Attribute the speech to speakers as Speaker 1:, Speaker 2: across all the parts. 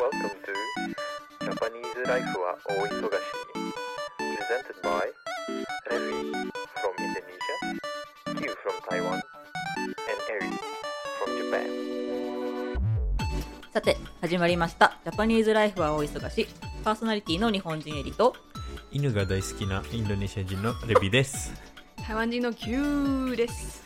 Speaker 1: Welcome to Japanese Life は大忙しに Presented by Revi from Indonesia, Q from Taiwan, and Eri from Japan
Speaker 2: さて始まりました「ジャパニーズライフは大忙し」パーソナリティの日本人エリと
Speaker 3: 犬が大好きなインドネシア人のレビです。
Speaker 4: 台湾人の Q です。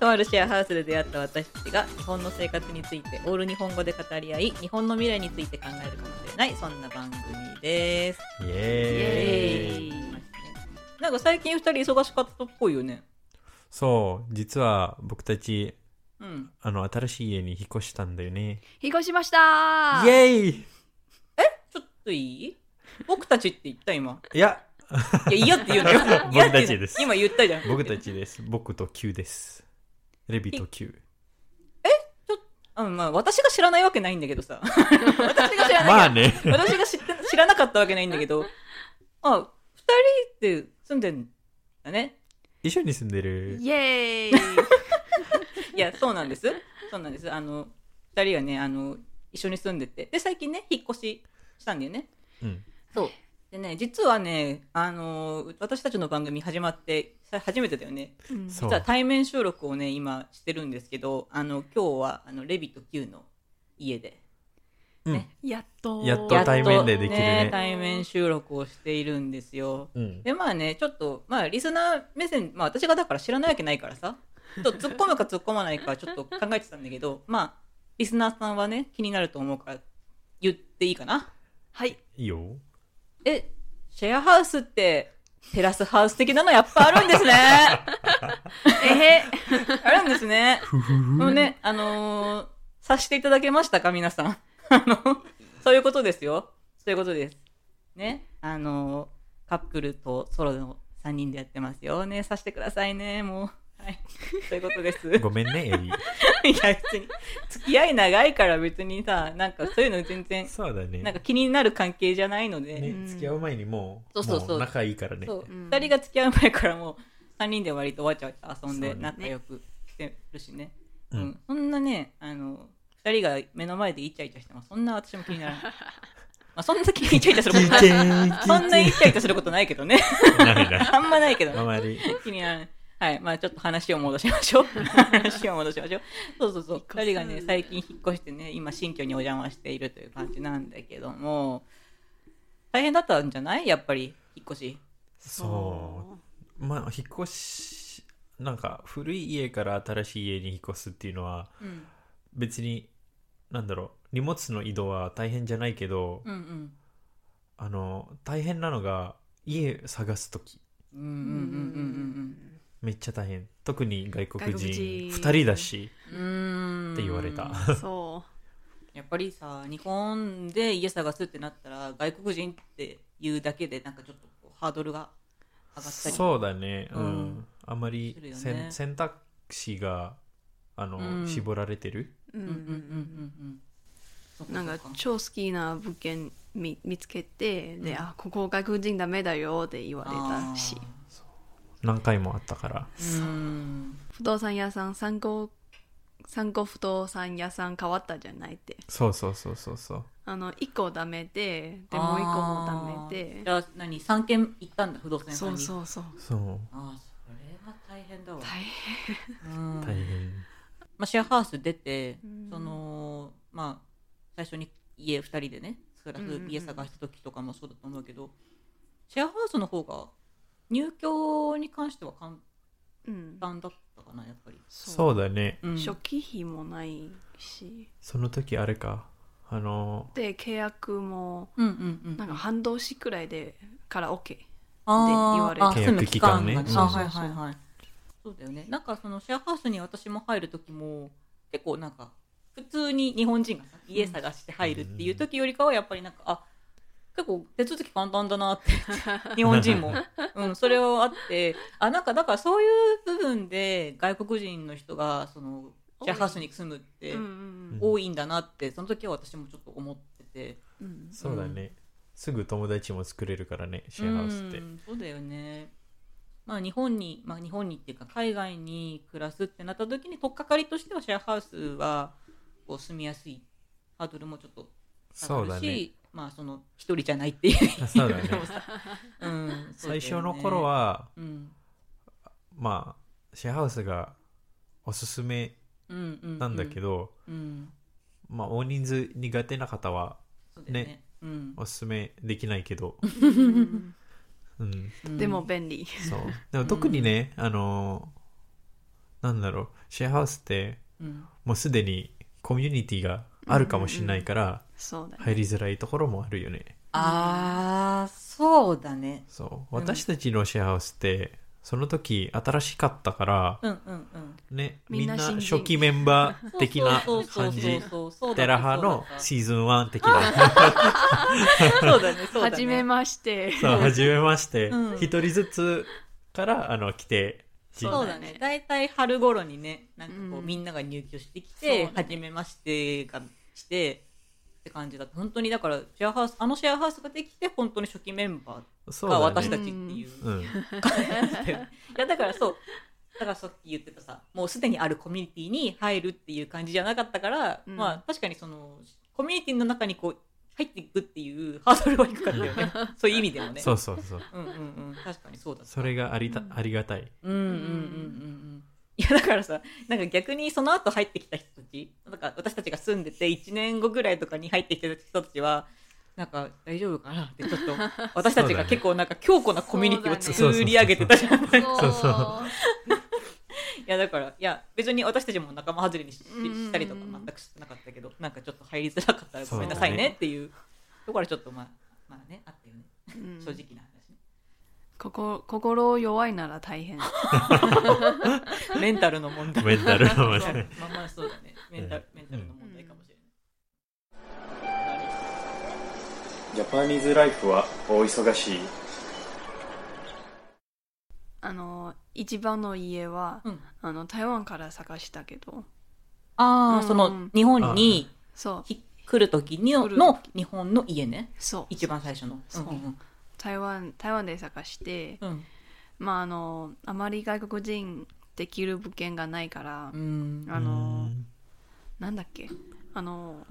Speaker 2: とあるシェアハウスで出会った私たちが日本の生活についてオール日本語で語り合い日本の未来について考えるかもしれないそんな番組です
Speaker 3: イエーイ
Speaker 4: イエーイ
Speaker 2: なんか最近2人忙しかったっぽいよね
Speaker 3: そう、実は僕たち、
Speaker 2: うん
Speaker 3: あの、新しい家に引っ越したんだよね。
Speaker 4: 引っ越しました
Speaker 3: イエーイ
Speaker 2: ちょっといい僕たちって言った今
Speaker 3: いや、
Speaker 2: いや嫌って言うの嫌っ
Speaker 3: 僕た
Speaker 2: て言うの
Speaker 3: ちです
Speaker 2: 今言ったじゃん
Speaker 3: 僕たちです。僕と Q です。レビと Q。
Speaker 2: うんまあ私が知らないわけないんだけどさ私が知らない、
Speaker 3: まあね。
Speaker 2: 私が知って知らなかったわけないんだけどあ二人って住んでんだね
Speaker 3: 一緒に住んでる。
Speaker 4: イエ ーイ
Speaker 2: いやそうなんですそうなんですあの二人がねあの一緒に住んでてで最近ね引っ越ししたんだよね
Speaker 3: うん。
Speaker 2: そうでね実はねあの私たちの番組始まってさ初めてだよね
Speaker 4: うん
Speaker 3: そう
Speaker 2: 実は対面収録をね今してるんですけどあの今日はあのレビと Q の家で
Speaker 3: うん。
Speaker 4: やっと
Speaker 3: やっと
Speaker 2: やっと
Speaker 3: 対面でできるね
Speaker 2: 対面収録をしているんですよ
Speaker 3: うん。
Speaker 2: でまあねちょっとまあリスナー目線まあ私がだから知らないわけないからさちょっと突っ込むか突っ込まないかちょっと考えてたんだけどまあリスナーさんはね気になると思うから言っていいかな
Speaker 4: はい。
Speaker 3: いいよ。
Speaker 2: えシェアハウスってテラスハウス的なのやっぱあるんですね
Speaker 4: え へ。
Speaker 2: あるんですね
Speaker 3: ふふふ
Speaker 2: もうねあのー、さしていただけましたか皆さん あのそういうことですよそういうことですねあのー、カップルとソロの3人でやってますよねさしてくださいねもうはいそういうことです
Speaker 3: ごめん ね、エリ。
Speaker 2: いや別に付き合い長いから別にさなんかそういうの全然
Speaker 3: そうだ
Speaker 2: なんか
Speaker 3: ね。
Speaker 2: 気になる関係じゃないので、
Speaker 3: ね、付き合う前にも
Speaker 2: そ
Speaker 3: う、
Speaker 2: うそうそう
Speaker 3: もう仲いいからね。
Speaker 2: そう、
Speaker 4: うん
Speaker 2: 2人が付き合う前からもう3人で割とわちゃわちゃ遊んで
Speaker 3: そうね
Speaker 2: 仲良くしてるしね
Speaker 3: う
Speaker 2: うんん、そんなねあの2人が目の前でイチャイチャしてもそんな私も気にならない、まあ、そんな気にイチャイチャすることないそんなイチャイチャすることないけどね
Speaker 3: ないな。
Speaker 2: あんまないけどね
Speaker 3: あま り。
Speaker 2: 気にならないはいまあちょっと話を戻しましょう話を戻しましょうそうそうそう2人がね最近引っ越してね今新居にお邪魔しているという感じなんだけども大変だったんじゃないやっぱり引っ越し
Speaker 3: そう。まあ引っ越しなんか古い家から新しい家に引っ越すっていうのは
Speaker 2: うん
Speaker 3: 別になんだろう荷物の移動は大変じゃないけど、
Speaker 2: うんうん
Speaker 3: あの大変なのが家探す時
Speaker 2: うんうんうん
Speaker 3: めっちゃ大変特に外国人
Speaker 4: 外国人
Speaker 3: 2人だし
Speaker 2: うんうんうん
Speaker 3: って言われた、
Speaker 4: う。そ
Speaker 2: やっぱりさ日本で家探すってなったら外国人っていうだけでなんかちょっとこうハードルが上がったり
Speaker 3: そうだねうん、
Speaker 2: うん
Speaker 3: あまり
Speaker 2: するよね
Speaker 3: せん選択肢があの、
Speaker 2: うん
Speaker 3: 絞られてる
Speaker 4: う。う
Speaker 2: うんうんうん
Speaker 4: ん
Speaker 2: うんうん
Speaker 4: なんか
Speaker 2: そっそっ
Speaker 4: 超好きな物件見見つけて、で、あ、ここ外国人ダメだよって言われたし
Speaker 2: あ。
Speaker 3: 何回もあったから
Speaker 2: ーうん
Speaker 4: 不動産屋さん、参考、参考不動産屋さん変わったじゃないって。
Speaker 3: そうそうそうそうそう
Speaker 4: あの、一個ダメで、で、
Speaker 2: あー
Speaker 4: もう一個もダメ
Speaker 2: じ
Speaker 4: で。
Speaker 2: ゃあ何3軒行ったんだ不動産屋さ
Speaker 4: そ
Speaker 2: ん
Speaker 4: う
Speaker 2: にう
Speaker 4: そうそう。
Speaker 3: そう
Speaker 2: ああそれは大変だわ、
Speaker 4: 大変。
Speaker 2: うん
Speaker 3: 大変
Speaker 2: まあ、シェアハウス出て、
Speaker 4: うん
Speaker 2: そのまあ最初に家2人でね暮ら
Speaker 4: うんう
Speaker 2: す
Speaker 4: んうん
Speaker 2: 家探した時とかもそうだと思うけど、シェアハウスの方が入居に関しては簡
Speaker 4: うん。
Speaker 2: 単だったかなやっぱり、
Speaker 3: そうだね
Speaker 2: うん
Speaker 4: 初期費もないし
Speaker 3: その時あれかあの
Speaker 4: で契約も
Speaker 2: うんうんうん
Speaker 4: なんか半年くらいでから OK
Speaker 2: あー
Speaker 4: 言われて
Speaker 2: あ
Speaker 3: 契約期間ね
Speaker 2: 住む
Speaker 3: うん
Speaker 2: があはいはいはいそうだよねなんかそのシェアハウスに私も入る時も結構なんか普通に日本人がさ家探して入るっていう時よりかはやっぱりなんかあ結構手続き簡単だな って日本人も、うん、それはあってあなんかだからそういう部分で外国人の人がそのシェアハウスに住むって
Speaker 4: うんうん
Speaker 2: 多いんだなってその時は私もちょっと思ってて
Speaker 4: うんうん
Speaker 3: そうだね、すぐ友達も作れるからねシェアハウスって
Speaker 2: うんそうだよねまあ日本にまあ日本にっていうか海外に暮らすってなった時に取っかかりとしてはシェアハウスはこう住みやすいハードルもちょっと上
Speaker 3: そう
Speaker 2: が
Speaker 3: だ
Speaker 2: る
Speaker 3: ね
Speaker 2: し、まあその一人じゃな いっていう
Speaker 3: そう だね
Speaker 2: のもさうんそうだよね
Speaker 3: 最初の頃は
Speaker 2: うん
Speaker 3: まあシェアハウスがおすすめ
Speaker 2: うんうんう
Speaker 3: なんだけ
Speaker 2: ど、
Speaker 3: ど、
Speaker 2: うん、
Speaker 3: まあ大人数苦手な方は
Speaker 2: そうだよね
Speaker 3: ね
Speaker 2: うん
Speaker 3: おすすめできないけ ど、うん、
Speaker 2: うん
Speaker 4: でも便利。
Speaker 3: そうでも特にね、あのなんだろうシェアハウスって
Speaker 2: うん
Speaker 3: もうすでにコミュニティがあるかもしれないから
Speaker 4: そうだね。
Speaker 3: 入りづらいところもあるよね、
Speaker 2: あーそうだね
Speaker 3: そう私たちのシェアハウスってその時新しかったから
Speaker 2: うんうんうん
Speaker 3: ねみ
Speaker 4: み
Speaker 3: ん
Speaker 4: んな
Speaker 3: な
Speaker 4: 新人
Speaker 3: 初期メンバー的な
Speaker 2: そうそう
Speaker 3: 感
Speaker 2: そう
Speaker 3: じ
Speaker 2: そうそう
Speaker 3: テラハのシーズン1的な
Speaker 2: そうだねそうだね
Speaker 4: はじめまして。
Speaker 3: そう初めまして一、
Speaker 2: うん
Speaker 3: 人ずつからあの来て
Speaker 4: そう
Speaker 2: そうだね。大体春頃にね、なんかこう、
Speaker 4: うん
Speaker 2: みんなが入居してき
Speaker 4: そう
Speaker 2: て、
Speaker 4: だね
Speaker 2: 初めましてがして、って感じだった。本当にだから、シェアハウス、あのシェアハウスができて、本当に初期メンバ
Speaker 3: そ
Speaker 2: ー
Speaker 3: う
Speaker 2: が
Speaker 3: だ
Speaker 2: 私た
Speaker 3: ね
Speaker 2: ちって いう。
Speaker 3: うん、
Speaker 2: いや、だからそう。だからさっき言ってたさ、もうすでにあるコミュニティに入るっていう感じじゃなかったから、
Speaker 4: うん
Speaker 2: まあ確かにその、コミュニティの中にこう、入っていくっていうハードルは低かったよね。そういう意味でもね。
Speaker 3: そうそうそう
Speaker 2: うんうんうん。確かにそうだった
Speaker 3: それがありた、
Speaker 4: うん
Speaker 3: ありがたい
Speaker 2: うんうんうんうんうんいやだからさなんか逆にその後入ってきた人たちなんか私たちが住んでて1年後ぐらいとかに入ってきた人たちはなんか大丈夫かなってちょっ と私たちが結構なんか強固なコミュニティを作り上げてたじゃん、い
Speaker 3: そうそう
Speaker 2: やだからいや別に私たちも仲間外れにし
Speaker 4: うんうんうん
Speaker 2: したりとか全くしてなかったけどなんかちょっと入りづらかったらごめんなさい
Speaker 3: そうだ
Speaker 2: ね
Speaker 3: ね
Speaker 2: っていうところはちょっとまあまあねあったよね
Speaker 4: うん
Speaker 2: 正直な話ね、
Speaker 4: ここ心弱いなら大変。
Speaker 2: メンタルの問題
Speaker 3: メンタルの問題
Speaker 2: そうまあまあそうだねメンタルメンタルの問題かもしれない、
Speaker 1: ジャパニーズライフは大忙しい
Speaker 4: あの一番の家は、
Speaker 2: うん
Speaker 4: あの台湾から探したけど、
Speaker 2: ああ、
Speaker 4: うん
Speaker 2: その日本に
Speaker 4: そう
Speaker 2: ひ来る時にの
Speaker 4: 来る時
Speaker 2: の日本の家ね
Speaker 4: そう
Speaker 2: 一番最初の
Speaker 4: そう
Speaker 2: うん
Speaker 4: 台湾台湾で探して、
Speaker 2: うん
Speaker 4: まああのあまり外国人できる物件がないから、
Speaker 2: うん
Speaker 4: あの
Speaker 3: うん
Speaker 4: なんだっけあの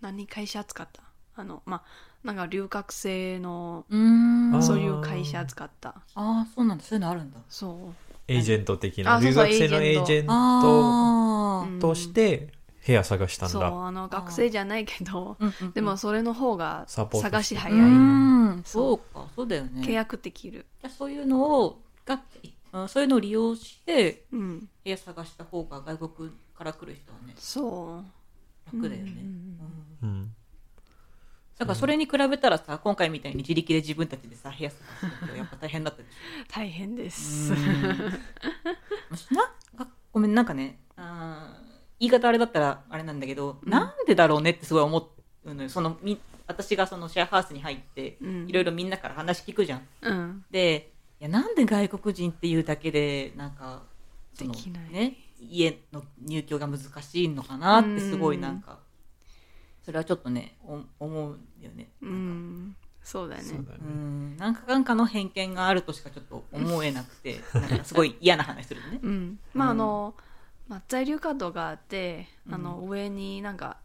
Speaker 4: 何会社使ったあのまあなんか留学生の
Speaker 2: うん
Speaker 3: あー
Speaker 4: そういう会社使った
Speaker 2: ああそうなんだそういうのあるんだ
Speaker 4: そ
Speaker 3: エージェント的な
Speaker 4: あそ
Speaker 3: 留
Speaker 4: うそう
Speaker 3: 学生のエ
Speaker 4: エ
Speaker 3: ー
Speaker 4: ー
Speaker 3: ジ
Speaker 4: ジ
Speaker 3: ェント
Speaker 2: あ
Speaker 4: う、
Speaker 2: ー
Speaker 4: うん
Speaker 3: として部屋探したん
Speaker 4: そ
Speaker 3: だ、
Speaker 4: うあの学生じゃないけど
Speaker 2: うんうんうん
Speaker 4: でもそれの方が
Speaker 3: サポート
Speaker 4: 探し
Speaker 2: う
Speaker 4: 早い、
Speaker 2: ん
Speaker 4: そ
Speaker 2: そううかそうだよね
Speaker 4: 契約できる
Speaker 2: じゃあそういうのをがうんそういうのを利用して
Speaker 4: うん
Speaker 2: 部屋探した方が外国から来る人はね
Speaker 4: そう
Speaker 2: 楽だよね、
Speaker 4: うんうんうん
Speaker 2: うん
Speaker 3: うん、
Speaker 2: だからそれに比べたらさ今回みたいに自力で自分たちでさ部屋探すのってやっぱ大変だったでし
Speaker 4: 大変で
Speaker 2: ょ
Speaker 4: す
Speaker 2: もしなあごめんなんかねあー言い方あれだったらあれなんだけど、
Speaker 4: うん
Speaker 2: なんでだろうねってすごい思うのよそのみ私がそのシェアハウスに入って
Speaker 4: うん
Speaker 2: いろいろみんなから話聞くじゃん。
Speaker 4: うん
Speaker 2: でいやなんで外国人っていうだけでなんかその
Speaker 4: できない
Speaker 2: ね、家の入居が難しいのかなってすごいなんかそれはちょっとねお思うんだよね。
Speaker 4: う
Speaker 2: なんか
Speaker 4: んそうだね
Speaker 3: そうだね
Speaker 2: うんなんかなんかの偏見があるとしかちょっと思えなく て、なんかすごい嫌な話するのね。
Speaker 4: うんまああ
Speaker 2: うん
Speaker 4: の、まあ、在留カードがあってあの、
Speaker 2: う
Speaker 4: 上になんか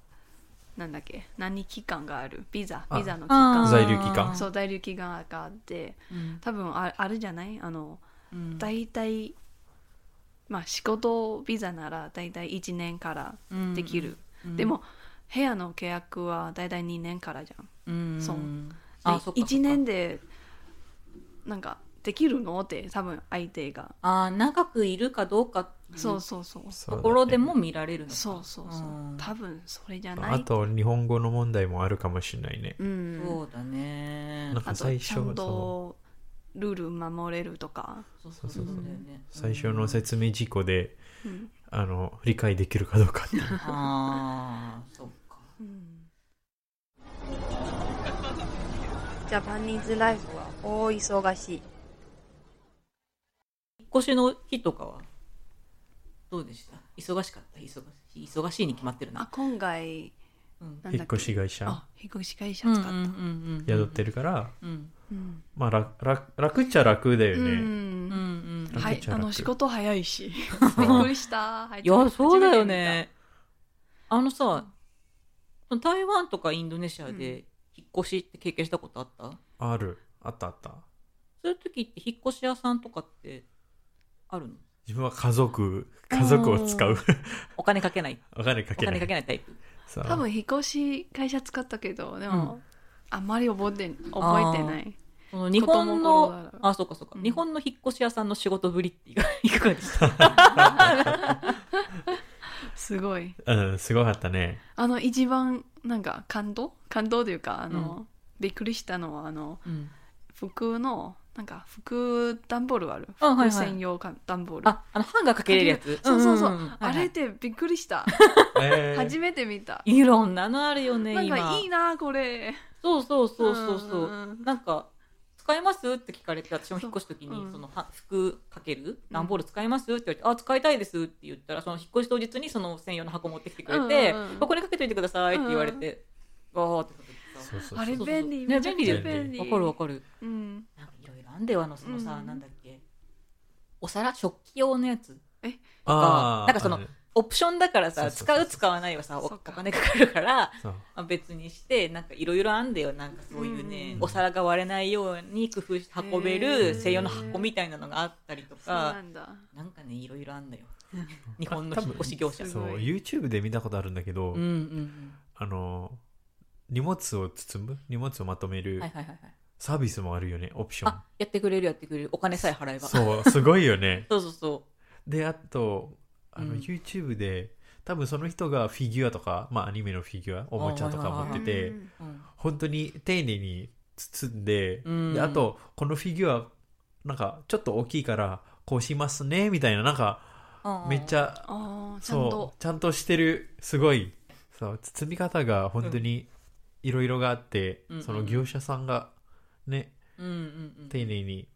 Speaker 4: なんだっけ何期間があるビザ
Speaker 3: あ
Speaker 4: ビザの期
Speaker 2: あー
Speaker 4: 間
Speaker 3: 在留期間
Speaker 4: そう在留期間があって
Speaker 2: うん
Speaker 4: 多分ああるじゃないあの
Speaker 2: うん
Speaker 4: 大体まあ仕事ビザなら大体1年からできる、、
Speaker 2: うん
Speaker 4: でも、部屋の契約は大体2年からじゃん
Speaker 2: うん
Speaker 4: そう
Speaker 2: あ
Speaker 4: で
Speaker 2: そっかそっか
Speaker 4: 1年でなんかできるのって多分相手が
Speaker 2: あー長くいるかどうかってい
Speaker 4: そううそうそう
Speaker 3: そうだ
Speaker 2: と
Speaker 3: ね
Speaker 2: ころでも見られるのか
Speaker 4: そうそうそう
Speaker 2: うん
Speaker 4: 多分それじゃない
Speaker 3: あと日本語の問題もあるかもしれないね、
Speaker 4: うん
Speaker 2: そうだね
Speaker 3: なん
Speaker 4: あ
Speaker 3: か
Speaker 4: と
Speaker 3: 最初
Speaker 4: ちゃん
Speaker 3: そ
Speaker 4: とルール守れるとか、
Speaker 2: そうそうそうそうだよね
Speaker 3: う最初の説明事項で、
Speaker 4: うん
Speaker 3: あの理解できるかどうかっていう
Speaker 2: ああそっか
Speaker 5: ジャパニーズライフは大忙しい。
Speaker 2: 引っ越しの日とかはどうでした忙しかった忙しい忙しいに決まってる
Speaker 4: あ
Speaker 2: な、
Speaker 4: 今回
Speaker 2: うん
Speaker 4: なんだっけ
Speaker 3: 引っ越し会社
Speaker 4: あ引っ越し会社
Speaker 2: うんうんう
Speaker 4: 使った、うん
Speaker 2: んうん
Speaker 3: 宿ってるから、
Speaker 2: うん
Speaker 3: まあ楽楽楽っちゃ楽だよね、
Speaker 4: うん
Speaker 2: うんうんうん
Speaker 3: 楽
Speaker 4: はい
Speaker 3: っ、ちゃ
Speaker 4: あ
Speaker 3: 楽
Speaker 4: の仕事早いし
Speaker 3: そう
Speaker 4: びっくりした
Speaker 2: いやそうだよねあのさその台湾とかインドネシアで引っ越しって経験したことあった、
Speaker 3: あるあったあった
Speaker 2: そういう時って引っ越し屋さんとかってあるの
Speaker 3: 自分は家族家族を使う
Speaker 2: お金かけない
Speaker 3: お金か
Speaker 2: お
Speaker 3: けな
Speaker 2: 金
Speaker 3: い
Speaker 2: かけないタイプ
Speaker 3: さあ
Speaker 4: 多分引っ越し会社使ったけどでも、あんまり覚えて覚えてない
Speaker 2: その日本の
Speaker 4: 子供頃だ
Speaker 2: あそうかそうか、
Speaker 4: うん
Speaker 2: 日本の引っ越し屋さんの仕事ぶりってい かいかがでした
Speaker 4: すごい
Speaker 3: うんすごかった ね
Speaker 4: あの一番なんか感動感動というかあの、びっくりしたのはあの
Speaker 2: うん
Speaker 4: 服のなんか服段ボールある
Speaker 2: あはいはい
Speaker 4: 服専用か段ボール
Speaker 2: ああのハンガーかけれるやつ
Speaker 4: そうそうそう、
Speaker 2: んんんはいはい
Speaker 4: あれってびっくりした、
Speaker 3: えー
Speaker 4: 初めて見た
Speaker 2: いろんなのあるよね
Speaker 4: なん
Speaker 2: 今
Speaker 4: かいいなこれ
Speaker 2: そうそうそうそうそう、
Speaker 4: んんん
Speaker 2: なんか使いますって聞かれて私も引っ越す時に
Speaker 4: そううん
Speaker 2: そのは服かける段ボール使いますって言われて「あ使いたいです」って言ったらその引っ越し当日にその専用の箱持ってきてくれて
Speaker 4: うんうんう
Speaker 2: 「
Speaker 4: ん
Speaker 2: ここにかけといてください」って言われて「わーってかけて
Speaker 3: そうそうそう
Speaker 4: あれ
Speaker 2: そう
Speaker 4: 便利
Speaker 2: ね
Speaker 4: めちゃくちゃ
Speaker 3: 便利
Speaker 4: 便利
Speaker 2: さわかるわかる
Speaker 4: うん
Speaker 2: なんかいろいろあんだよあのそのさ、
Speaker 4: うん
Speaker 2: なんだっけお皿食器用のやつ
Speaker 3: あー
Speaker 2: なんかその
Speaker 3: ある
Speaker 2: オプションだからさ
Speaker 3: そうそうそうそう
Speaker 2: 使う使わないはさお
Speaker 4: そっか
Speaker 2: お金かかるから
Speaker 3: そう
Speaker 2: まあ別にしてなんかいろいろあんだよなんかそういうね、
Speaker 3: うん
Speaker 2: お皿が割れないように工夫して運べ
Speaker 4: へ
Speaker 2: る
Speaker 4: ー
Speaker 2: 専用の箱みたいなのがあったりと
Speaker 4: そうな
Speaker 2: か
Speaker 4: んだ
Speaker 2: なんかねいろいろあんだよ日本の引っ越し業者
Speaker 4: 多分
Speaker 2: う
Speaker 3: そう YouTube で見たことあるんだけど、
Speaker 2: んうん
Speaker 3: あの荷物を包む荷物をまとめ
Speaker 2: うん
Speaker 3: る
Speaker 2: はいはいはいはい
Speaker 3: サービスもあるよねオプション
Speaker 2: あやってくれるやってくれるお金さえ払えばそ
Speaker 3: そ
Speaker 2: う
Speaker 3: うすごいよ ね
Speaker 2: そうそ
Speaker 3: であとあの、
Speaker 2: うん
Speaker 3: YouTube で多分その人がフィギュアとか、まあ、アニメのフィギュアおもちゃとか持ってて、
Speaker 4: うん
Speaker 2: う、うん、
Speaker 3: 本当に丁寧に包んで,、
Speaker 2: うん
Speaker 3: であとこのフィギュアなんかちょっと大きいからこうしますねみたいななんかめっち
Speaker 2: ゃ
Speaker 3: ゃ
Speaker 4: ああちゃん
Speaker 3: そ
Speaker 4: と
Speaker 3: うちゃんとしてるすごいそう包み方が本当にいろいろがあって、
Speaker 2: うん
Speaker 3: その業者さんがね
Speaker 2: うんうんうん
Speaker 3: 丁寧に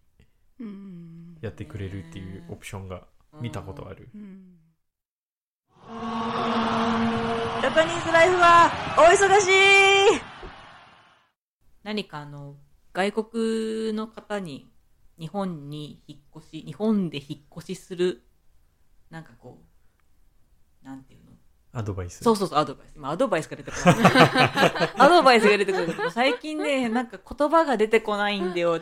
Speaker 4: うん
Speaker 3: やってくれるっていうオプションが見たことある、
Speaker 4: うん
Speaker 5: ジャパニーズライフは大忙しい
Speaker 2: 何かあの外国の方に日本に引っ越し日本で引っ越しするなんかこうなんていうの
Speaker 3: アドバイス
Speaker 2: そうそうそうアドバイス今アドバイスが出てこないアドバイスが出てくるんだけど最近ねなんか言葉が出てこないんだよ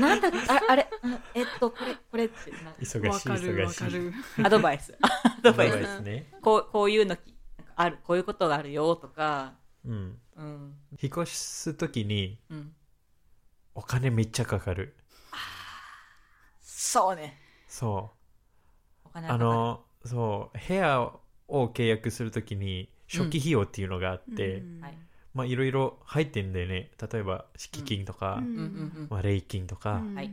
Speaker 2: なんだっけああれうんえっとこれこれってなんか
Speaker 3: 忙
Speaker 4: わ
Speaker 3: しい
Speaker 4: かる
Speaker 3: 忙
Speaker 4: わ
Speaker 3: し
Speaker 4: か
Speaker 3: い
Speaker 4: る
Speaker 2: アドバイスア
Speaker 3: アド
Speaker 2: ドバ
Speaker 3: バ
Speaker 2: イ
Speaker 3: イ
Speaker 2: ス
Speaker 3: スね、
Speaker 2: こうこういうのきなんかあるこういうことがあるよとか
Speaker 3: うん、
Speaker 2: うん
Speaker 3: 引っ越す時に
Speaker 2: うん
Speaker 3: お金めっちゃかかる
Speaker 2: そうね
Speaker 3: そう
Speaker 2: お金は
Speaker 3: あ
Speaker 2: かかる
Speaker 3: のそう部屋を契約するときに初期費用っていうのがあって、
Speaker 4: うん
Speaker 2: はい
Speaker 3: まあいろいろ入ってんだよね例えば敷金とか、
Speaker 4: うん
Speaker 2: うんうんうん
Speaker 3: まあ、礼金とか、
Speaker 4: うん
Speaker 2: はい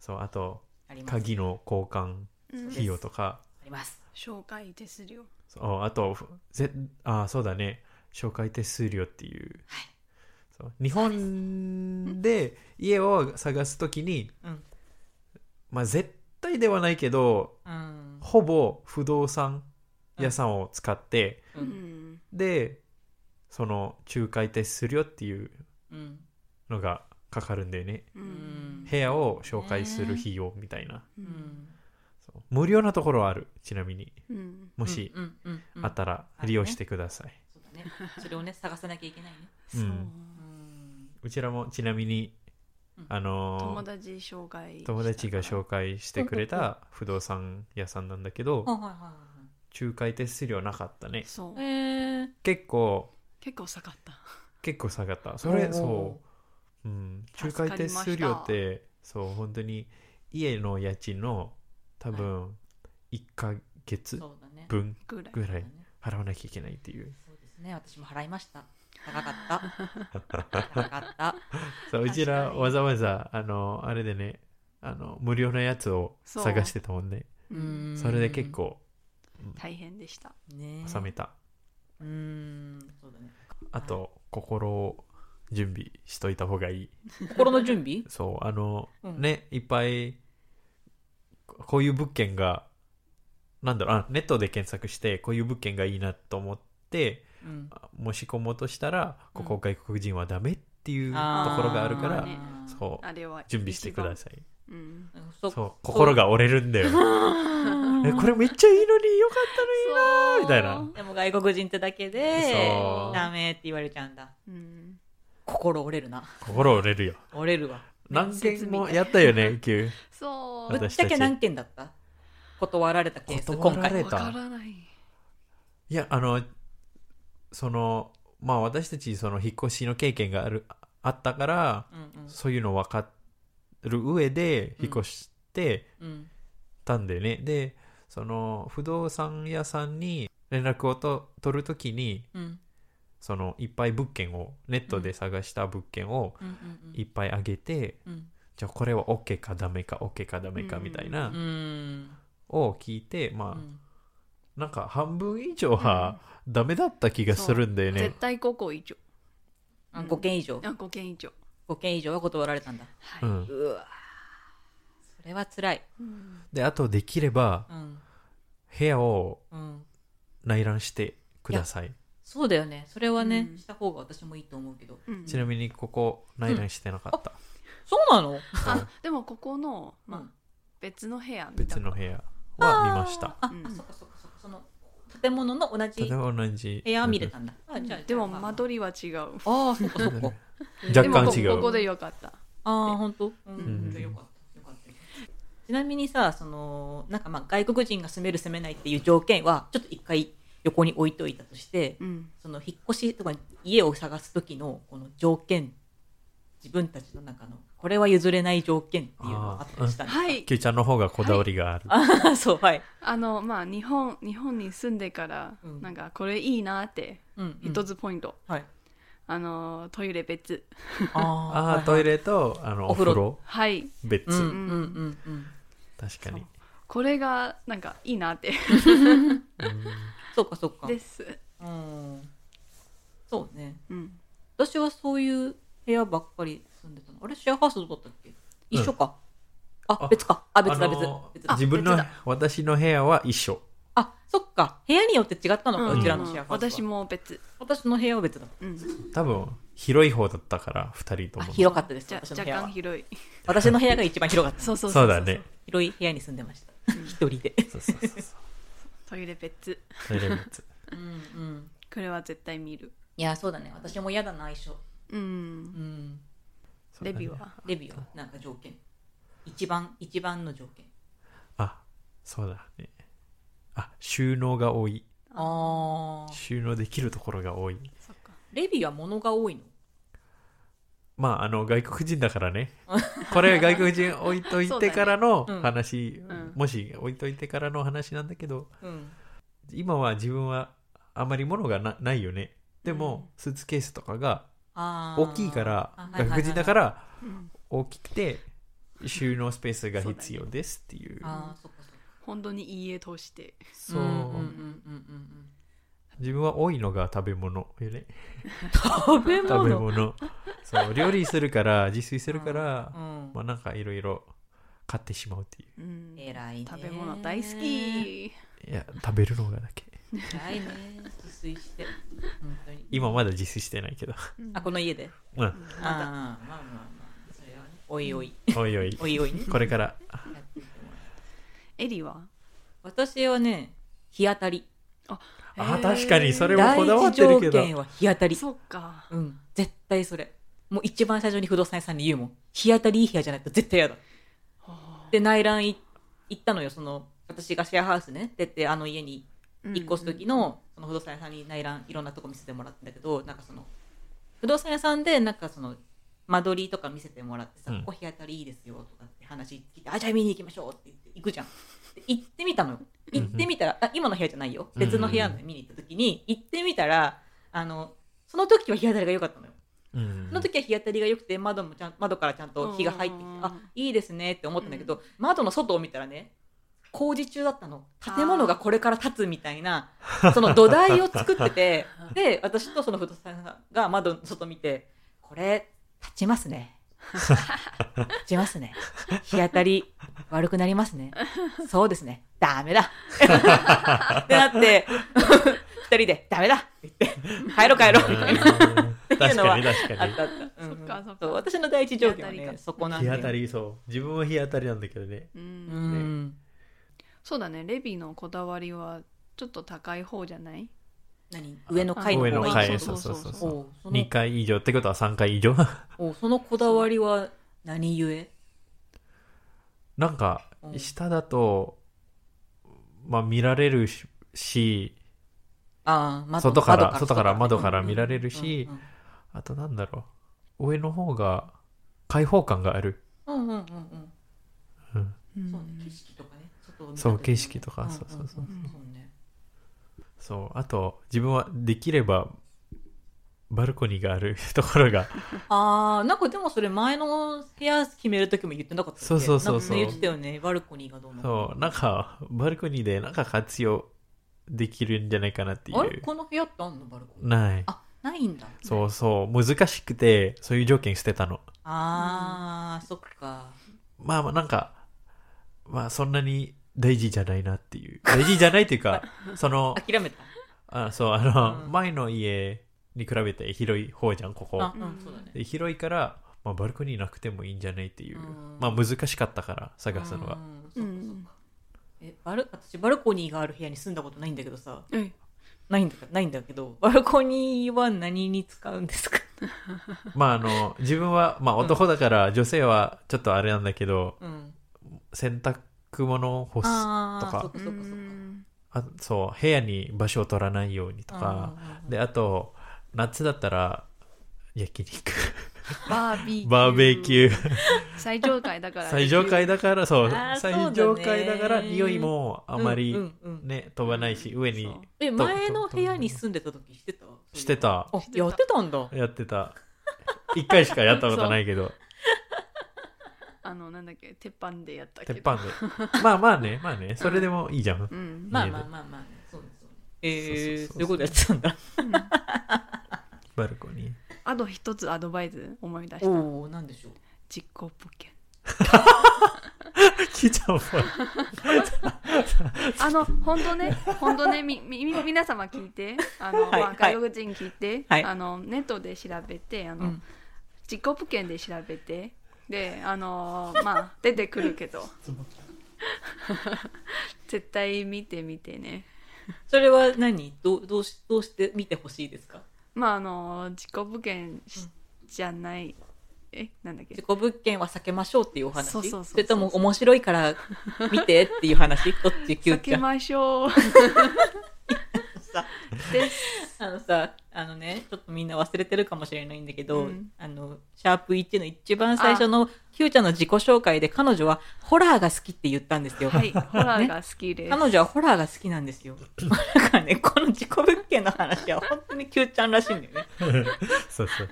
Speaker 3: そうあと
Speaker 2: あります
Speaker 3: 鍵の交換
Speaker 4: うん
Speaker 3: 費用とか、
Speaker 2: あります
Speaker 4: 紹介手数料
Speaker 3: そうあとぜあそうだね紹介手数料っていう,、
Speaker 2: はい
Speaker 3: そう日本で家を探すときに、
Speaker 2: うん
Speaker 3: まあ絶対ではないけど
Speaker 2: うん
Speaker 3: ほぼ不動産屋さんを使って、
Speaker 2: う
Speaker 4: うんん
Speaker 3: でその仲介手数料っていう
Speaker 2: うん
Speaker 3: のがかかるんだよね
Speaker 4: う
Speaker 2: うん
Speaker 4: ん
Speaker 3: 部屋を紹介する費用みたいな、
Speaker 4: う
Speaker 2: うんん
Speaker 3: そう無料なところはあるちなみに
Speaker 4: うん
Speaker 3: もし
Speaker 2: うんうんうん
Speaker 3: あったら利用してください、
Speaker 2: そうだねそれをね探さなきゃいけないね
Speaker 4: そう
Speaker 2: うん
Speaker 3: うちらもちなみに
Speaker 2: うん
Speaker 3: あの
Speaker 4: 友
Speaker 3: ー
Speaker 4: 達紹介
Speaker 3: 友達が紹
Speaker 4: 介
Speaker 3: 介してくれた不動産屋さんなんだけど
Speaker 2: はいはいはい
Speaker 3: 仲介手数料なかったね
Speaker 4: そう
Speaker 2: はいへえ
Speaker 3: 結構
Speaker 4: 結構下がった
Speaker 3: 結構下がったそれ
Speaker 2: おー
Speaker 3: そう、うん、仲介手数料ってそう本当に家の家賃の多分1ヶ月
Speaker 2: そうだね
Speaker 3: 分
Speaker 4: ぐらい
Speaker 3: ぐ
Speaker 2: そ
Speaker 3: ら
Speaker 2: うだ
Speaker 3: い
Speaker 2: ね
Speaker 3: 払わなきゃいけないっていう
Speaker 2: そうですね私も払いました高かった 高かった
Speaker 3: そううちら
Speaker 4: 確かに
Speaker 3: わざわざあのあれでねあの無料のやつを
Speaker 4: そう
Speaker 3: 探してたもんね
Speaker 2: うん
Speaker 3: それで結構
Speaker 4: 大変でした
Speaker 2: ね
Speaker 3: 収めた
Speaker 2: うんそうだね
Speaker 3: あと心を準備しといた方がいい
Speaker 2: 心の準備
Speaker 3: そうあの、
Speaker 2: うん
Speaker 3: ねいっぱいここういう物件がなんだろうあネットで検索してこういう物件がいいなと思って
Speaker 2: うん
Speaker 3: あ申し込もうとしたらこ
Speaker 2: う
Speaker 3: こ
Speaker 2: ん
Speaker 3: 外国人はダメっていうところがあるから、
Speaker 4: あーね
Speaker 3: そう
Speaker 4: あれは
Speaker 3: 準備してください
Speaker 4: い、うん、
Speaker 2: なんか そ
Speaker 3: そう心が折れるんだよ えこれめっちゃいいのによかったのになーみたいな
Speaker 2: でも外国人ってだけで
Speaker 3: そう
Speaker 2: ダメって言われちゃうんだ
Speaker 4: うん
Speaker 2: 心折れるな
Speaker 3: 心折れるよ
Speaker 2: 折れるわ
Speaker 3: 何件もやったよね急
Speaker 4: そう
Speaker 2: ぶ
Speaker 3: 私
Speaker 2: った
Speaker 3: ち
Speaker 2: ちゃけ何件だった断られたケース今
Speaker 3: 断ら
Speaker 2: 回
Speaker 3: れ
Speaker 4: わ
Speaker 3: た
Speaker 4: からない
Speaker 3: いやあのそのまあ私たちその引っ越しの経験があるあったから
Speaker 2: うんうん
Speaker 3: そういうの分かる上で
Speaker 2: うん
Speaker 3: 引っ越して
Speaker 2: うん
Speaker 3: たんだよね、でその不動産屋さんに連絡をと取るときに
Speaker 2: うん
Speaker 3: そのいっぱい物件をネットで探した物件を
Speaker 2: うん
Speaker 3: いっぱいあげて、
Speaker 2: うん
Speaker 3: じゃあこれは OK かダメか OK かダメか
Speaker 4: うん
Speaker 3: みたいな
Speaker 2: うんうん
Speaker 3: を聞いて、
Speaker 2: う
Speaker 3: ま
Speaker 2: ん
Speaker 3: あなんか半分以上はダメだった気がするんだよね
Speaker 4: 絶、対5個以上
Speaker 2: あ5件以上
Speaker 4: あ5件以上
Speaker 2: 5件以上は断られたんだ
Speaker 3: う
Speaker 4: はい、
Speaker 3: ん、
Speaker 2: うわそれは辛い
Speaker 4: うん
Speaker 3: であとできれば
Speaker 2: うん
Speaker 3: 部屋を
Speaker 2: うん
Speaker 3: 内覧してください
Speaker 2: そうだよねそれはね、
Speaker 4: うん
Speaker 2: した方が私もいいと思うけど
Speaker 4: うん
Speaker 3: ちなみにここ内覧してなかった、
Speaker 2: そうなの、
Speaker 3: そう
Speaker 4: あでもここの、まあ
Speaker 2: うん
Speaker 4: 別の部屋見た
Speaker 3: 別の部屋は見ました
Speaker 2: あ、
Speaker 4: うん
Speaker 2: あそっかそっかそっかその建物の同
Speaker 3: た
Speaker 2: じ
Speaker 3: だ同じ
Speaker 2: 部屋見れたんだ、あじゃあ
Speaker 4: でも
Speaker 2: じゃあ
Speaker 4: 間取りは違う
Speaker 2: ああそっかそっか
Speaker 3: 若干
Speaker 4: で
Speaker 3: 違
Speaker 4: も
Speaker 3: う
Speaker 4: こここでよかった
Speaker 2: ああ本当うん、
Speaker 3: ん
Speaker 2: じゃあよかったよかったちなみにさそのなんかまあ外国人が住める住めないっていう条件はちょっと一回横に置いといたとして、
Speaker 4: うん
Speaker 2: その引っ越しとか家を探す時のこの条件自分たちの中のこれは譲れない条件っていうのがあったりしたんですか
Speaker 4: はい
Speaker 3: キューちゃんの方がこだわりがある、
Speaker 2: あそうはい、
Speaker 4: あのまあ日本日本に住んでから、
Speaker 2: うん
Speaker 4: なんかこれいいなって
Speaker 2: うんうん
Speaker 4: 一つポイント、
Speaker 2: はい
Speaker 4: あのトイレ別
Speaker 2: あ
Speaker 3: ああートイレとあの
Speaker 2: お
Speaker 3: お
Speaker 2: 風
Speaker 3: 風
Speaker 2: 呂
Speaker 3: 呂
Speaker 4: はい
Speaker 3: 別、
Speaker 2: うんうんうんうん
Speaker 3: 確かに
Speaker 4: これがなんかいいなって
Speaker 2: そうかそうか
Speaker 4: です、
Speaker 2: うんそうね
Speaker 4: うん、
Speaker 2: 私はそういう部屋ばっかり住んでたのあれシェアハウスどうだったっけ一緒か、あ
Speaker 3: あ
Speaker 2: 別かあ別だ
Speaker 3: あ
Speaker 2: 別
Speaker 3: の
Speaker 2: 別だ
Speaker 3: 自分
Speaker 4: 別
Speaker 3: の
Speaker 4: だ
Speaker 3: 私の部屋は一緒
Speaker 2: あそっか部屋によって違ったのか、う
Speaker 3: うん
Speaker 2: ちらのシェアハウスは
Speaker 4: 私も別、
Speaker 2: 私の部屋は別だ
Speaker 4: うん、
Speaker 3: 多分広い方だったから2人と
Speaker 2: あ
Speaker 3: も
Speaker 2: 広かったです
Speaker 4: じゃ
Speaker 2: 私の
Speaker 4: 若
Speaker 2: 部屋は
Speaker 4: 干広い
Speaker 2: 私の部屋が一番広かった
Speaker 4: そうそう
Speaker 3: そうだね
Speaker 2: 広い部屋に住んでました一人で
Speaker 3: そうそうそうそ
Speaker 4: トイレ別
Speaker 3: うトイレ別
Speaker 2: うんうん
Speaker 4: これは絶対見る
Speaker 2: いやそうだね私も嫌だな相性
Speaker 4: う
Speaker 2: うんん
Speaker 3: そうだ
Speaker 4: レ
Speaker 3: ね
Speaker 4: ビューは
Speaker 2: レビューはなんか条件一番一番の条件
Speaker 3: あそうだねあ収納が多い
Speaker 2: ああ
Speaker 3: 収納できるところが多い
Speaker 4: そっか
Speaker 2: レビューは物が多いの
Speaker 3: まああの外国人だからねこれ外国人置いといてからの
Speaker 2: そうだねうん
Speaker 3: 話、
Speaker 4: うん
Speaker 3: もし置いといてからの話なんだけど
Speaker 2: うん
Speaker 3: 今は自分はあまり物がなないよねでも、スーツケースとかが
Speaker 2: あー
Speaker 3: 大きいから
Speaker 2: あはいはい
Speaker 3: 外
Speaker 2: は
Speaker 3: 国
Speaker 2: い
Speaker 3: 人だから
Speaker 4: うん
Speaker 3: 大きくて収納スペースが必要ですっていう
Speaker 2: あーそっかそっか
Speaker 4: 本当にいい絵通して
Speaker 3: そう,、
Speaker 2: んうんうんうん
Speaker 3: 自分は多いのが食べ物よね
Speaker 2: うん食べ
Speaker 3: 食べ物そう料理するから自炊するから、
Speaker 2: うん
Speaker 3: まあなんかいろいろ買ってしまうってい
Speaker 4: うん
Speaker 2: 偉いね
Speaker 4: 食べ物大好き
Speaker 3: ういや食べるのがだけ
Speaker 2: 偉いね自炊して本当に
Speaker 3: 今まだ自炊してないけど
Speaker 2: あこの家で
Speaker 3: うん
Speaker 2: ああーまあまあまあそれはねおいおい
Speaker 3: おいおい
Speaker 2: おいおいね
Speaker 3: これから
Speaker 2: やっていってもらう
Speaker 4: エリは
Speaker 2: 私はね日当たり
Speaker 3: あ確かにそれ
Speaker 2: 第
Speaker 3: もこだわっ
Speaker 2: 一
Speaker 3: てる
Speaker 2: 条
Speaker 3: けど
Speaker 2: 件は日当たり
Speaker 4: そっか
Speaker 2: うん絶対それもう一番最初に不動産屋さんに言うもん日当たりいい部屋じゃないと絶対嫌だで内覧い行ったのよその私がシェアハウスね出てあの家に引っ越す時のその不動産屋さんに内覧いろんなとこ見せてもらったんだけどなんかその不動産屋さんでなんかその間取りとか見せてもらってさ、
Speaker 3: うん
Speaker 2: ここ日当たりいいですよとかって話聞いてあじゃあ見に行きましょうって言って行 くじゃんで行ってみたのよ行ってみたら、あ今の部屋じゃないよ
Speaker 3: うんうん
Speaker 2: 別の部屋の見に行った時に行ってみたらあのその時は日当たりが良かったのよ
Speaker 3: うん
Speaker 2: その時は日当たりが良くて窓もちゃん窓からちゃんと日が入ってきて、
Speaker 4: うん
Speaker 2: あいいですねって思ったんだけど、窓の外を見たらね工事中だったの建物がこれから建つみたいなその土台を作って てで私とその不動産屋さんが窓の外見て「これ立ちますね」立ちますね日当たり悪くなりますねそうですねダメ だ ってなって二人でダメだって言って帰ろう帰ろうみたいな
Speaker 3: うん
Speaker 2: っていうのはあ
Speaker 3: 確かに確かに
Speaker 2: ったあった、うん
Speaker 4: そっかそっか
Speaker 2: そう私の第一条件は
Speaker 4: 日当た
Speaker 2: ね
Speaker 4: りか
Speaker 2: そこなん
Speaker 3: 日
Speaker 2: で
Speaker 3: 当たりそう自分は日当たりなんだけどね
Speaker 4: う、
Speaker 2: うんん、
Speaker 4: そうだねレビのこだわりはちょっと高い方じゃない
Speaker 2: 何上の階の方
Speaker 3: 上の
Speaker 2: がいい
Speaker 3: 階
Speaker 2: って
Speaker 3: そ
Speaker 2: こ
Speaker 3: う
Speaker 2: と
Speaker 3: そうそう
Speaker 2: お
Speaker 3: そう
Speaker 2: その
Speaker 3: 2回以上ってことは3回以上
Speaker 2: おそのこだわりは何故
Speaker 3: なんか
Speaker 2: うん
Speaker 3: 下だとまあ見られるしし
Speaker 2: あー窓
Speaker 3: 外から
Speaker 2: 窓
Speaker 3: 外から窓から
Speaker 2: うん
Speaker 3: 見られるし
Speaker 2: うん
Speaker 3: あとなんだろう上の方が開放感がある
Speaker 2: うんうんうんうん
Speaker 4: うん
Speaker 2: そうね景色とかね外を見た時の
Speaker 3: そう
Speaker 2: ね
Speaker 3: 景色とか
Speaker 2: んんん
Speaker 3: そうそうそう
Speaker 2: うね
Speaker 3: そうあと自分はできればバルコニーがある ところが
Speaker 2: ああなんかでもそれ前の部屋決める時も言ってなかったっけ
Speaker 3: そうそうそう
Speaker 2: なんかね言ってたよねバルコニーがどうな
Speaker 3: そうなんかバルコニーでなんか活用できるんじゃないかなってい
Speaker 2: あれ
Speaker 3: う
Speaker 2: この部屋ってあんのバルコニー
Speaker 3: ない
Speaker 2: あないんだ
Speaker 3: そうそう難しくてそういう条件捨てたの
Speaker 2: あー、そっか
Speaker 3: まあまあなんかまあそんなに大事じゃないなっていう大事じゃないっていう かその
Speaker 2: 諦めた
Speaker 3: あそうあの、
Speaker 2: うん
Speaker 3: 前の家に比べて広い方じゃんここ
Speaker 2: あうんそうだね
Speaker 3: で広いから、まあ、バルコニーなくてもいいんじゃないっていう、
Speaker 2: うん
Speaker 3: まあ難しかったから探すのが、
Speaker 2: う
Speaker 4: うん
Speaker 2: そっかそっ
Speaker 4: ん
Speaker 2: かえバル私バルコニーがある部屋に住んだことないんだけどさ
Speaker 4: うん
Speaker 2: ないんだないんだけどバルコニーは何に使うんですか
Speaker 3: まああの自分は、まあ、男だから女性はちょっとあれなんだけど、
Speaker 2: うん
Speaker 3: 洗濯物を干すあ
Speaker 2: あ
Speaker 3: とか
Speaker 2: あそっかそっかそっか
Speaker 3: そう部屋に場所を取らないようにとか、であと夏だったら焼肉
Speaker 4: バービー
Speaker 3: バーベキュー
Speaker 4: 最上階だから
Speaker 3: 最上階だからそう
Speaker 2: あーそうだね
Speaker 3: 最上階だから匂いもあまりね、
Speaker 2: うんうんうん
Speaker 3: 飛ばないし上に
Speaker 4: そう
Speaker 2: え前の部屋に住んでた時してた
Speaker 3: してた
Speaker 2: あやってたんだ
Speaker 3: やってた一回しかやったことないけ ど
Speaker 4: あのなんだっけ鉄板でやったけど
Speaker 3: 鉄板でまあまあねまあねそれでもいいじゃん
Speaker 4: うん
Speaker 2: まあまあまあまあそうですそ
Speaker 3: そ
Speaker 2: うですえー
Speaker 3: そうそうそう
Speaker 2: そうういうことやってたんだ
Speaker 4: うん
Speaker 3: バルコニー
Speaker 4: あと一つアドバイス思い出した
Speaker 2: おおなんでしょう
Speaker 4: 実行物件
Speaker 3: 聞いちゃう
Speaker 4: あの本当ね本当ねみみみ皆様聞いてあの、
Speaker 2: はい
Speaker 4: まあ、
Speaker 2: はい
Speaker 4: 外国人聞いて、
Speaker 2: はい
Speaker 4: あのネットで調べてあの、
Speaker 2: うん
Speaker 4: 実行物件で調べてであのまあ出てくるけ ど絶対見てみてね
Speaker 2: それは何どうどうしどうして見てほしいですか
Speaker 4: まああの実行物件しじゃないえなんだっ
Speaker 2: 自
Speaker 4: け
Speaker 2: 己物件は避けましょうっていうお話
Speaker 4: そうそうそうそう
Speaker 2: れとも面白いから見てっていう 話どっちキュ
Speaker 4: 避
Speaker 2: ーち
Speaker 4: け
Speaker 2: ゃん
Speaker 4: ましょ う
Speaker 2: さ
Speaker 4: です
Speaker 2: あのさあのねちょっとみんな忘れてるかもしれないんだけど、
Speaker 4: うん
Speaker 2: あのシャープ1の一番最初のキューちゃんの自己紹介で彼女はホラーが好きって言ったんですよ、
Speaker 4: はいホラーが好きです、
Speaker 2: 彼女はホラーが好きなんです よなんかねこの自己物件の話は本当にキューちゃんらしいんだよね
Speaker 3: そうそう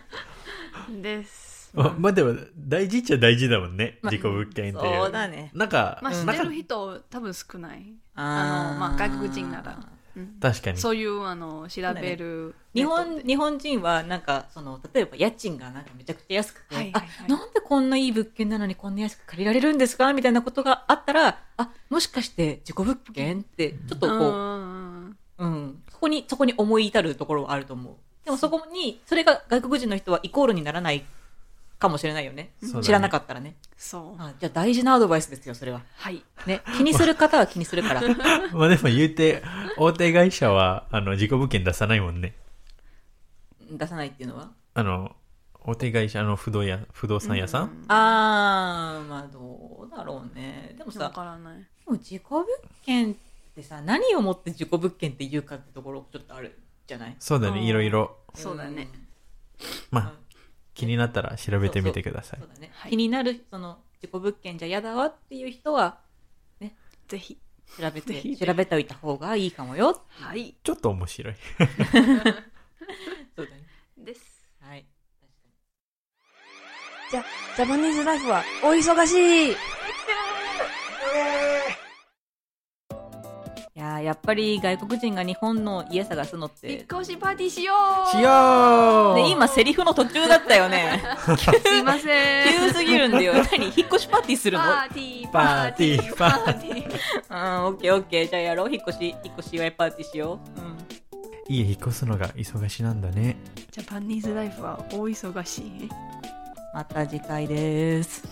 Speaker 4: です
Speaker 3: ままあでも大事っちゃ大事だもんね
Speaker 2: まあ
Speaker 3: 自己物件って
Speaker 2: そうだね
Speaker 3: なんか
Speaker 4: まあ、知
Speaker 3: な
Speaker 4: っ
Speaker 3: ん
Speaker 4: て
Speaker 3: か
Speaker 4: る人多分少ない、
Speaker 2: あ
Speaker 4: あ
Speaker 2: ー
Speaker 4: のまあ、外国人なら、うん
Speaker 3: 確かに
Speaker 4: そういうあの調べる
Speaker 2: 日
Speaker 4: ネ
Speaker 2: 本
Speaker 4: ット
Speaker 2: 日本人はなんかその例えば家賃がなんかめちゃくちゃ安くて、
Speaker 4: はいはいはい
Speaker 2: あなんでこんないい物件なのにこんな安く借りられるんですかみたいなことがあったらあもしかして自己物件ってちょっと
Speaker 4: でうん
Speaker 2: こ
Speaker 4: うんうん
Speaker 2: う、うんそこにそこに思い至るところはあると思うでもそこにそれが外国人の人はイコールにならないかもしれないよね
Speaker 3: そうだね
Speaker 2: 知らなかったらね
Speaker 4: そう
Speaker 2: あじゃあ大事なアドバイスですよそれは、
Speaker 4: はい
Speaker 2: ね、気にする方は気にするから
Speaker 3: まあでも言うて大手会社はあの自己物件出さないもんね
Speaker 2: 出さないっていうのは
Speaker 3: あの大手会社の不動や不動産屋さん、
Speaker 4: う
Speaker 2: あーまあどうだろうねでも
Speaker 4: わ
Speaker 2: さ
Speaker 4: からない
Speaker 2: でも自己物件ってさ何をもって自己物件って言うかってところちょっとあるじゃない
Speaker 3: そうだ
Speaker 4: あ
Speaker 3: ね
Speaker 4: ー
Speaker 3: いろいろ
Speaker 4: そうだね
Speaker 2: うん
Speaker 3: まあ気になったら調べてみてください
Speaker 2: そうだね、
Speaker 4: はい
Speaker 2: 気になるその自己物件じゃ嫌だわっていう人は
Speaker 4: ぜひ
Speaker 2: 調べ
Speaker 4: ぜひ
Speaker 2: て
Speaker 4: ぜひ
Speaker 2: 調べておいた方がいいかもよ
Speaker 4: はい
Speaker 3: ちょっと面白い
Speaker 2: そうだね
Speaker 4: です
Speaker 2: はい確かに
Speaker 5: ジャパニーズライフはお忙しい
Speaker 2: いやーやっぱり外国人が日本の家探すのっ
Speaker 4: 引って越しパーティーしよう
Speaker 3: しよう
Speaker 2: で今セリフの途中だったよ ね
Speaker 4: すいません
Speaker 2: 急すぎるんだ よ何引っ越しパーティーするの
Speaker 4: パーティー
Speaker 3: パーティー
Speaker 4: パーティー
Speaker 2: うんオッケーオッケーじゃあやろう引っ越し引っ越し祝いパーティーしよううん
Speaker 3: 家引っ越すのが忙しなんだね
Speaker 4: ジャパニーズライフは大忙しい。
Speaker 2: また次回です。